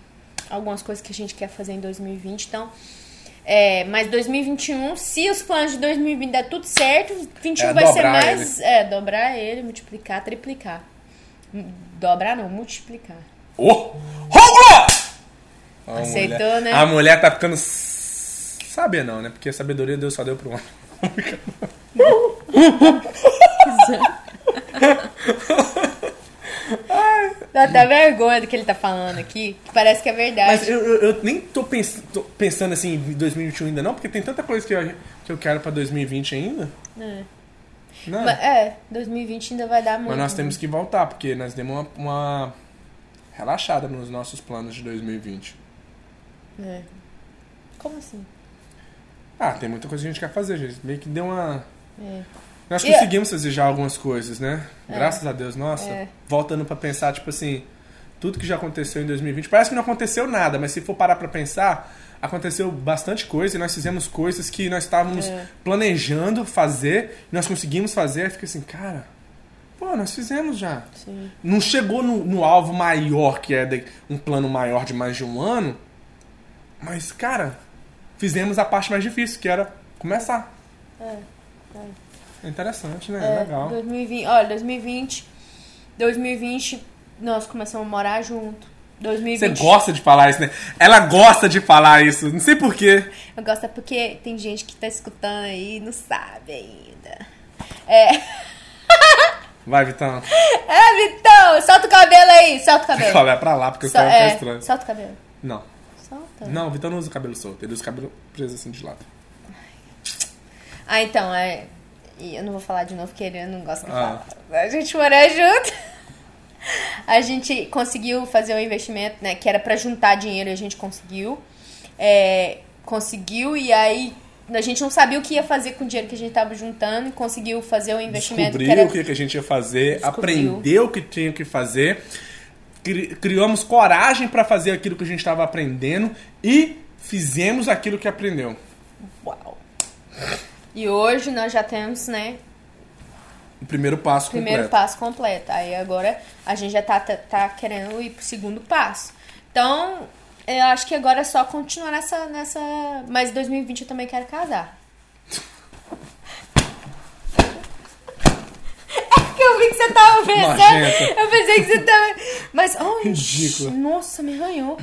Speaker 1: algumas coisas que a gente quer fazer em 2020. Então, é, mas 2021, se os planos de 2020 der tudo certo, 21
Speaker 2: É,
Speaker 1: vai ser
Speaker 2: dobrar
Speaker 1: mais... É, dobrar ele, multiplicar, triplicar. Hum, Dobrar não, multiplicar.
Speaker 2: Ô! Rômulo! A
Speaker 1: Aceitou,
Speaker 2: mulher-
Speaker 1: né?
Speaker 2: A mulher tá ficando. s- Saber não, né? Porque a sabedoria Deus só deu pro homem.
Speaker 1: É. Dá até vergonha do que ele tá falando aqui, que parece que é verdade.
Speaker 2: Mas eu, eu- eu nem tô, pens- tô pensando assim em 2021 ainda, não, porque tem tanta coisa que eu, que eu quero pra 2020 ainda.
Speaker 1: É.
Speaker 2: Não.
Speaker 1: Mas, é, 2020 ainda vai dar muito.
Speaker 2: Ah. Mas nós temos que voltar, porque nós demos uma, uma relaxada nos nossos planos de 2020.
Speaker 1: É. Como assim?
Speaker 2: Ah, tem muita coisa que a gente quer fazer, gente. Meio que deu uma.
Speaker 1: É.
Speaker 2: Nós
Speaker 1: E-
Speaker 2: conseguimos fazer já algumas coisas, né? Graças a Deus, nossa.
Speaker 1: É.
Speaker 2: Voltando pra pensar, tipo assim, tudo que já aconteceu em 2020. Parece que não aconteceu nada, mas se for parar pra pensar, aconteceu bastante coisa e nós fizemos coisas que nós estávamos
Speaker 1: É.
Speaker 2: planejando fazer, e nós conseguimos fazer. Fica assim, cara, pô, nós fizemos já.
Speaker 1: Sim.
Speaker 2: Não chegou no, no alvo maior, que é de- um plano maior de mais de um ano, mas, cara, fizemos a parte mais difícil, que era começar.
Speaker 1: É,
Speaker 2: É interessante, né?
Speaker 1: É,
Speaker 2: Legal.
Speaker 1: 2020, olha, 2020. 2020, nós começamos a morar junto. 2020.
Speaker 2: Você gosta de falar isso, né? Ela gosta de falar isso. Não sei porquê.
Speaker 1: Eu gosto é porque tem gente que tá escutando aí e não sabe ainda. É,
Speaker 2: Vai, Vitão.
Speaker 1: é Vitão, solta o cabelo aí, solta o cabelo.
Speaker 2: Olha pra lá, porque o
Speaker 1: Sol-
Speaker 2: cara
Speaker 1: é,
Speaker 2: tá estranho.
Speaker 1: solta o cabelo.
Speaker 2: Não.
Speaker 1: Solta.
Speaker 2: Não, o Vitão não usa cabelo solto. Ele usa cabelo preso assim de lado.
Speaker 1: Ah, então, é. e eu não vou falar de novo, porque ele não gosta de
Speaker 2: Ah.
Speaker 1: falar. A gente morar junto. A gente conseguiu fazer um investimento, né? Que era pra juntar dinheiro e a gente conseguiu. É, conseguiu e aí a gente não sabia o que ia fazer com o dinheiro que a gente tava juntando. e Conseguiu fazer um investimento
Speaker 2: Descobriu
Speaker 1: que era...
Speaker 2: o que, que a gente ia fazer,
Speaker 1: Descobriu.
Speaker 2: aprendeu o que tinha que fazer, cri- criamos coragem pra fazer aquilo que a gente estava aprendendo e fizemos aquilo que aprendeu.
Speaker 1: Uau! E hoje nós já temos, né?
Speaker 2: O primeiro passo
Speaker 1: Primeiro
Speaker 2: completo.
Speaker 1: passo completo. Aí agora a gente já tá, tá, tá querendo ir pro segundo passo. Então, eu acho que agora é só continuar nessa. nessa... Mas em 2020 eu também quero casar. É que eu vi que você tava pensando.
Speaker 2: Nojenta.
Speaker 1: Eu pensei que você tava. Mas, oh,
Speaker 2: Ridícula.
Speaker 1: Nossa, me arranhou.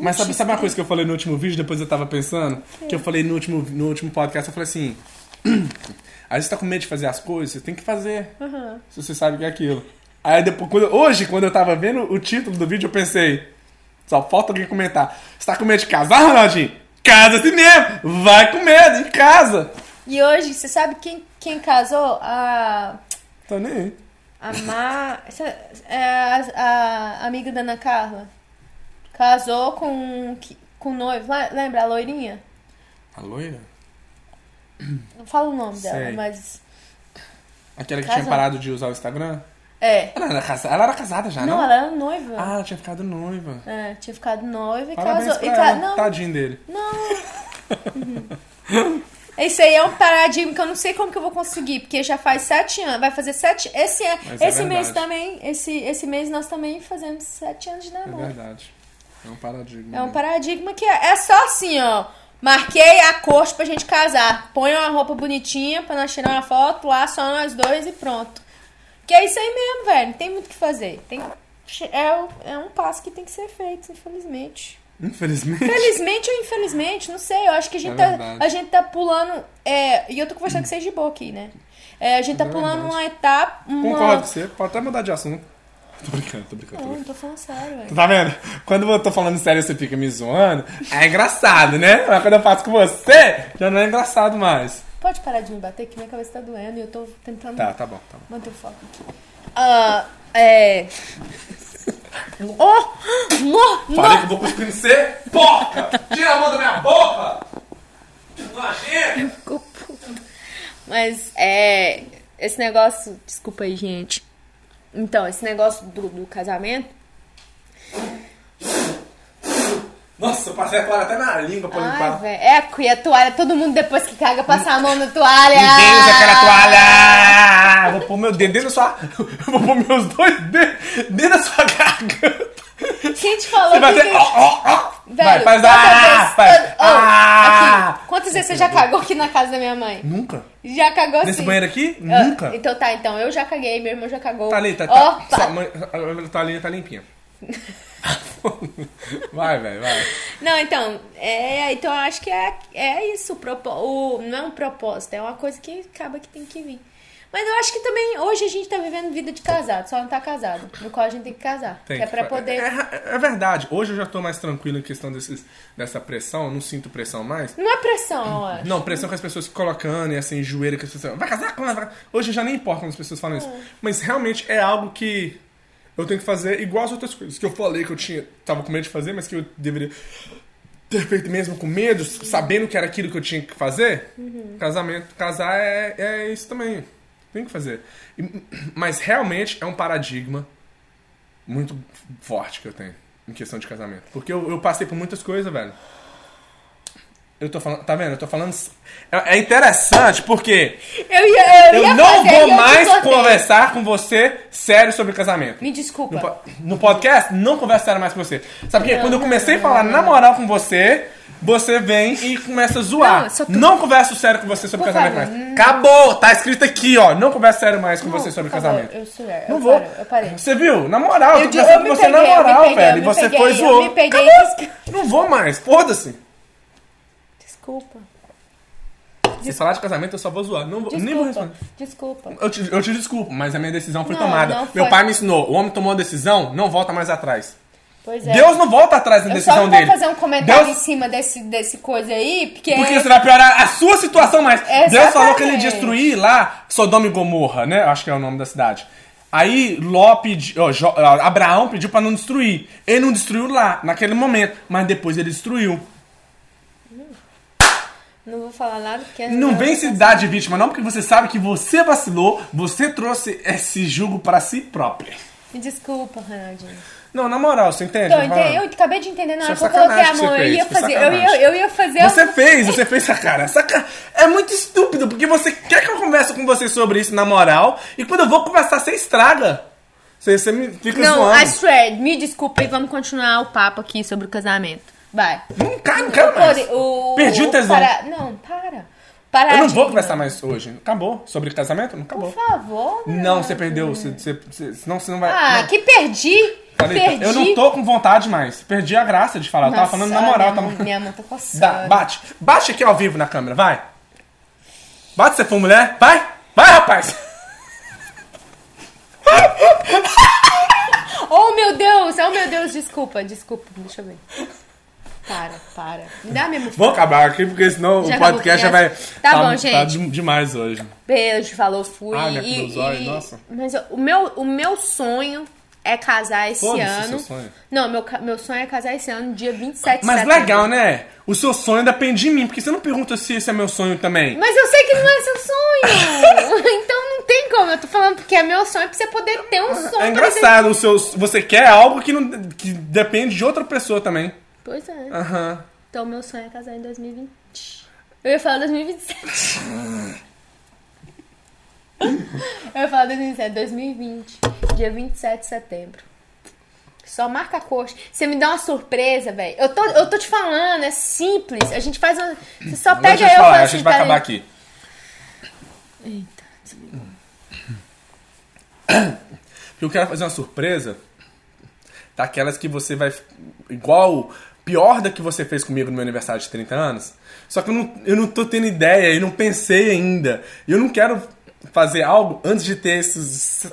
Speaker 2: Mas sabe, sabe uma coisa que eu falei no último vídeo, depois eu tava pensando? Que
Speaker 1: É.
Speaker 2: eu falei no último, no último podcast, eu falei assim. Às vezes você tá com medo de fazer as coisas, você tem que fazer. Se você sabe o que é aquilo. Aí depois, quando- hoje, quando eu tava vendo o título do vídeo, eu pensei. Só falta alguém comentar. Você tá com medo de casar, Ronaldinho? Casa assim mesmo! Vai com medo, em casa!
Speaker 1: E hoje, você sabe quem, quem casou? A.
Speaker 2: Tô nem aí.
Speaker 1: A Mar... essa- é a, a amiga da Ana Carla. Casou com, um que- com um noivo. Le- Lembra a loirinha?
Speaker 2: A loira?
Speaker 1: Não falo o nome dela,
Speaker 2: Sei.
Speaker 1: mas...
Speaker 2: Aquela que
Speaker 1: Casou.
Speaker 2: tinha parado de usar o Instagram?
Speaker 1: É.
Speaker 2: Ela era casada, ela era casada já,
Speaker 1: Não,
Speaker 2: não?
Speaker 1: ela era noiva.
Speaker 2: Ah, ela tinha ficado noiva.
Speaker 1: É, tinha ficado noiva e
Speaker 2: Parabéns
Speaker 1: casou.
Speaker 2: pra
Speaker 1: E ca-
Speaker 2: ela. Tá.
Speaker 1: Não,
Speaker 2: Tadinho dele.
Speaker 1: Esse aí é um paradigma que eu não sei como que eu vou conseguir, porque já faz sete anos, vai fazer sete. Esse, ano-
Speaker 2: Mas é
Speaker 1: esse mês
Speaker 2: verdade.
Speaker 1: também, esse, esse mês nós também fazemos sete anos de
Speaker 2: É
Speaker 1: namoro.
Speaker 2: verdade. É um paradigma.
Speaker 1: É um
Speaker 2: né?
Speaker 1: paradigma que é, é só assim, ó. Marquei a corte pra gente casar. Põe uma roupa bonitinha pra nós tirar uma foto lá, só nós dois e pronto. Que é isso aí mesmo, velho. Não tem muito o que fazer. Tem, é, o- é um passo que tem que ser feito, infelizmente.
Speaker 2: Infelizmente.
Speaker 1: Felizmente ou infelizmente, não sei. Eu acho que a gente,
Speaker 2: É
Speaker 1: tá,
Speaker 2: verdade.
Speaker 1: a gente tá pulando. é, e eu tô conversando com vocês de boa aqui, né? É, a gente tá
Speaker 2: É
Speaker 1: pulando
Speaker 2: verdade.
Speaker 1: uma etapa. Uma...
Speaker 2: Concordo com você. Pode até mudar de assunto. Tô brincando, tô brincando, tô
Speaker 1: Não,
Speaker 2: brincando.
Speaker 1: não tô falando sério, velho.
Speaker 2: Tá vendo? Quando eu tô falando sério você fica me zoando, é engraçado, né? Mas quando eu faço com você, já não é engraçado mais.
Speaker 1: Pode parar de me bater, que minha cabeça tá doendo e eu tô tentando
Speaker 2: Tá, tá bom, tá bom.
Speaker 1: manter o foco aqui. Ah, é. Oh! No,
Speaker 2: Falei
Speaker 1: no.
Speaker 2: que eu vou cuspir em você? Porca! Tira a mão da minha boca! Nojento!
Speaker 1: Ficou puta. Mas é. Esse negócio. Desculpa aí, gente. Então, esse negócio do, do casamento.
Speaker 2: Nossa, eu passei a toalha até na língua pra
Speaker 1: Ai,
Speaker 2: limpar.
Speaker 1: velho. É, que a toalha. Todo mundo depois que caga passa a mão na toalha.
Speaker 2: Ninguém usa aquela toalha! Vou pôr meu dedo dentro da sua. Eu vou pôr meus dois dedos dentro da sua garganta.
Speaker 1: Quem te falou
Speaker 2: Você vai
Speaker 1: que.
Speaker 2: ter. Ó, ó, ó! Vai,
Speaker 1: Velho,
Speaker 2: faz.
Speaker 1: toda
Speaker 2: Ah,
Speaker 1: vez-
Speaker 2: faz.
Speaker 1: toda- Ô,
Speaker 2: Ah!
Speaker 1: aqui, quantas vezes você já cagou aqui na casa da minha mãe?
Speaker 2: Nunca?
Speaker 1: Já cagou assim.
Speaker 2: Nesse banheiro aqui?
Speaker 1: Ah,
Speaker 2: Nunca?
Speaker 1: Então tá, então. Eu já caguei, meu irmão já cagou.
Speaker 2: Tá ali, tá,
Speaker 1: Ó,
Speaker 2: tá,
Speaker 1: pa-
Speaker 2: sua mãe- a toalhinha tá limpinha. vai, velho, vai.
Speaker 1: Não, então, é, então eu acho que é, é isso. O, propo- o- não é um propósito, é uma coisa que acaba que tem que vir. Mas eu acho que também hoje a gente tá vivendo vida de casado, só não tá casado, no qual a gente tem que casar.
Speaker 2: Tem
Speaker 1: que é
Speaker 2: que
Speaker 1: pra
Speaker 2: fa-
Speaker 1: poder.
Speaker 2: É, é verdade. Hoje eu já tô mais tranquilo em questão desses, dessa pressão. Eu não sinto pressão mais.
Speaker 1: Não é pressão, eu acho.
Speaker 2: Não, pressão que as pessoas colocando e assim, joelho que as pessoas. Vai casar com ela? vai casar?" Hoje já nem importa quando as pessoas falam isso. Mas realmente é algo que eu tenho que fazer igual as outras coisas que eu falei que eu tinha. Tava com medo de fazer, mas que eu deveria ter feito mesmo com medo, sabendo que era aquilo que eu tinha que fazer. Casamento, casar é, é isso também. Tem que fazer. E- mas realmente é um paradigma muito forte que eu tenho em questão de casamento. Porque eu, eu passei por muitas coisas, velho. Eu tô falando, tá vendo? Eu tô falando. É é interessante porque
Speaker 1: Eu ia, eu
Speaker 2: eu
Speaker 1: ia
Speaker 2: não
Speaker 1: fazer,
Speaker 2: vou
Speaker 1: e eu
Speaker 2: mais
Speaker 1: desbotei.
Speaker 2: conversar com você sério sobre casamento.
Speaker 1: Me desculpa.
Speaker 2: No, po- no podcast, não converso sério mais com você. Sabe por quê?
Speaker 1: Não,
Speaker 2: Quando eu
Speaker 1: não,
Speaker 2: comecei a
Speaker 1: não,
Speaker 2: falar
Speaker 1: não.
Speaker 2: na moral com você, você vem e começa
Speaker 1: Não,
Speaker 2: a zoar.
Speaker 1: só tô-
Speaker 2: Não, converso sério com você sobre
Speaker 1: Por
Speaker 2: casamento
Speaker 1: favor,
Speaker 2: mais. Acabou! Tá escrito aqui, ó. Não converso sério mais com
Speaker 1: Não,
Speaker 2: você sobre
Speaker 1: por favor,
Speaker 2: casamento.
Speaker 1: Eu sou eu,
Speaker 2: Não
Speaker 1: eu
Speaker 2: vou.
Speaker 1: paro, eu parei.
Speaker 2: Você viu? Na moral, eu tô
Speaker 1: di-
Speaker 2: conversando com
Speaker 1: me
Speaker 2: você
Speaker 1: peguei,
Speaker 2: na
Speaker 1: eu me
Speaker 2: moral,
Speaker 1: peguei, eu
Speaker 2: velho. E
Speaker 1: me
Speaker 2: você
Speaker 1: peguei,
Speaker 2: foi e zoou.
Speaker 1: Eu me peguei.
Speaker 2: Acabou.
Speaker 1: des-
Speaker 2: Não vou mais, foda-se.
Speaker 1: Desculpa.
Speaker 2: Se falar de casamento, eu só vou zoar. Não vou, nem vou
Speaker 1: Desculpa.
Speaker 2: responder.
Speaker 1: Desculpa.
Speaker 2: Eu te, eu te desculpo, mas a minha decisão foi
Speaker 1: Não,
Speaker 2: tomada.
Speaker 1: não
Speaker 2: Meu
Speaker 1: foi.
Speaker 2: pai me ensinou: o homem tomou a decisão, não volta mais atrás.
Speaker 1: Pois é.
Speaker 2: Deus não volta atrás na
Speaker 1: eu
Speaker 2: decisão
Speaker 1: só não vou
Speaker 2: dele.
Speaker 1: fazer um comentário
Speaker 2: Deus-
Speaker 1: em cima desse, desse coisa aí, porque...
Speaker 2: Porque você vai piorar a sua situação mais. Deus
Speaker 1: Exatamente.
Speaker 2: falou que ele ia destruir lá Sodoma e Gomorra, né? Acho que é o nome da cidade. Aí Ló pediu, ó, Jó- ó, Abraão pediu pra não destruir. Ele não destruiu lá, naquele momento, mas depois ele destruiu.
Speaker 1: Não vou falar nada, porque... é
Speaker 2: Não vem se dar de vítima, não, porque você sabe que você vacilou, você trouxe esse jugo pra si própria.
Speaker 1: Me desculpa, Ronaldinho.
Speaker 2: Não, na moral, você entende?
Speaker 1: Então,
Speaker 2: o
Speaker 1: eu, entendi, eu
Speaker 2: que tô falando?
Speaker 1: acabei de entender na hora que
Speaker 2: Isso é
Speaker 1: eu coloquei a
Speaker 2: sacanagem que
Speaker 1: mão.
Speaker 2: você
Speaker 1: Eu ia
Speaker 2: fez, foi
Speaker 1: fazer... Eu ia,
Speaker 2: sacanagem.
Speaker 1: eu ia fazer... um-
Speaker 2: Você fez, você fez essa cara. Essa cara é muito estúpido, porque você quer que eu converse com você sobre isso na moral, e quando eu vou conversar, você estraga. Você, você me fica
Speaker 1: Não,
Speaker 2: zoando.
Speaker 1: I swear, me desculpa e vamos continuar o papo aqui sobre o casamento. Vai.
Speaker 2: Não quero, não quero mais.
Speaker 1: Core- o- é tipo,
Speaker 2: Perdi o tesão.
Speaker 1: para- Não, para. Para.
Speaker 2: Eu não vou
Speaker 1: né?
Speaker 2: conversar mais hoje. Acabou. Sobre casamento? Não
Speaker 1: Por
Speaker 2: acabou.
Speaker 1: favor.
Speaker 2: Não, você perdeu. Você, você, você- senão você não vai.
Speaker 1: Ah,
Speaker 2: não.
Speaker 1: que perdi.
Speaker 2: Falei, tá-
Speaker 1: perdi.
Speaker 2: Eu não tô com vontade mais. Perdi a graça de falar. Eu tava
Speaker 1: Nossa,
Speaker 2: falando na moral.
Speaker 1: Minha,
Speaker 2: Tava...
Speaker 1: mão- minha mão tá
Speaker 2: Dá,
Speaker 1: coçando.
Speaker 2: bate. Bate aqui ao vivo na câmera, vai. Bate se for mulher. Vai, vai, rapaz.
Speaker 1: Oh, meu Deus. Oh, meu Deus. Desculpa, desculpa. Deixa eu ver. Para, para. Me dá mesmo.
Speaker 2: Vou acabar aqui, porque senão
Speaker 1: Já
Speaker 2: o podcast já
Speaker 1: acabou,
Speaker 2: vai.
Speaker 1: criança? Tá bom, gente.
Speaker 2: Tá de- demais hoje.
Speaker 1: Beijo, falou, fui.
Speaker 2: Ah, minha
Speaker 1: e-
Speaker 2: cruz, olha,
Speaker 1: e-
Speaker 2: nossa.
Speaker 1: Mas eu- o meu, o meu sonho é casar esse
Speaker 2: Foda-se
Speaker 1: ano.
Speaker 2: seu sonho.
Speaker 1: Não, meu, ca- meu sonho é casar esse ano, dia 27 de
Speaker 2: Mas
Speaker 1: setembro.
Speaker 2: legal, né? O seu sonho depende de mim, porque você não pergunta se esse é meu sonho também.
Speaker 1: Mas eu sei que não é seu sonho. então não tem como. Eu tô falando porque é meu sonho pra você poder ter um sonho.
Speaker 2: É
Speaker 1: pra você-
Speaker 2: engraçado, o seu, você quer algo que, não, que depende de outra pessoa também.
Speaker 1: Pois é.
Speaker 2: Aham.
Speaker 1: Então meu sonho é casar em 2020. Eu ia falar 2027. eu ia falar 2027, 2020. Dia 27 de setembro. Só marca a coxa. Você me dá uma surpresa, velho. Eu tô, eu tô te falando, é simples. A gente faz uma. Você só
Speaker 2: Deixa
Speaker 1: pega
Speaker 2: eu te
Speaker 1: eu
Speaker 2: falar,
Speaker 1: falo
Speaker 2: a
Speaker 1: assim,
Speaker 2: gente vai
Speaker 1: tá
Speaker 2: acabar
Speaker 1: ali.
Speaker 2: aqui.
Speaker 1: Eita, desligou.
Speaker 2: Porque eu quero fazer uma surpresa daquelas que você vai. Igual. Pior da que você fez comigo no meu aniversário de 30 anos. Só que eu não, eu não tô tendo ideia, eu não pensei ainda. Eu não quero fazer algo antes de ter esses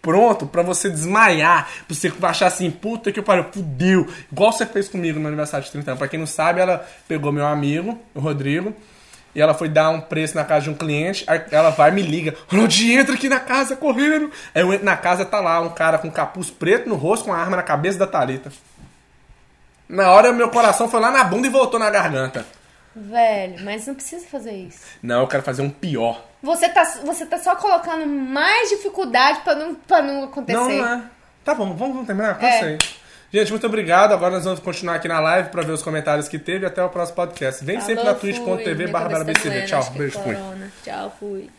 Speaker 2: pronto para você desmaiar, pra você achar assim, puta que pariu, fudeu. Igual você fez comigo no aniversário de 30 anos. Pra quem não sabe, ela pegou meu amigo, o Rodrigo, e ela foi dar um preço na casa de um cliente, aí ela vai e me liga, Ronaldinho, entra aqui na casa, correndo. Aí eu entro na casa, tá lá um cara com capuz preto no rosto, com uma arma na cabeça da Thalita. Na hora, meu coração foi lá na bunda e voltou na garganta.
Speaker 1: Velho, mas não precisa fazer isso.
Speaker 2: Não, eu quero fazer um pior.
Speaker 1: Você tá, você tá só colocando mais dificuldade pra não, pra não acontecer.
Speaker 2: Não, não é. Tá bom, vamos, vamos terminar?
Speaker 1: É.
Speaker 2: Cansei. Gente, muito obrigado. Agora nós vamos continuar aqui na live pra ver os comentários que teve. Até o próximo podcast. Vem sempre na
Speaker 1: Falou, fui.
Speaker 2: twitch.tv
Speaker 1: Minha
Speaker 2: barra
Speaker 1: cabeça tá
Speaker 2: BCD.
Speaker 1: doendo,
Speaker 2: Tchau,
Speaker 1: acho que é
Speaker 2: beijo, fui.
Speaker 1: corona. Tchau, fui.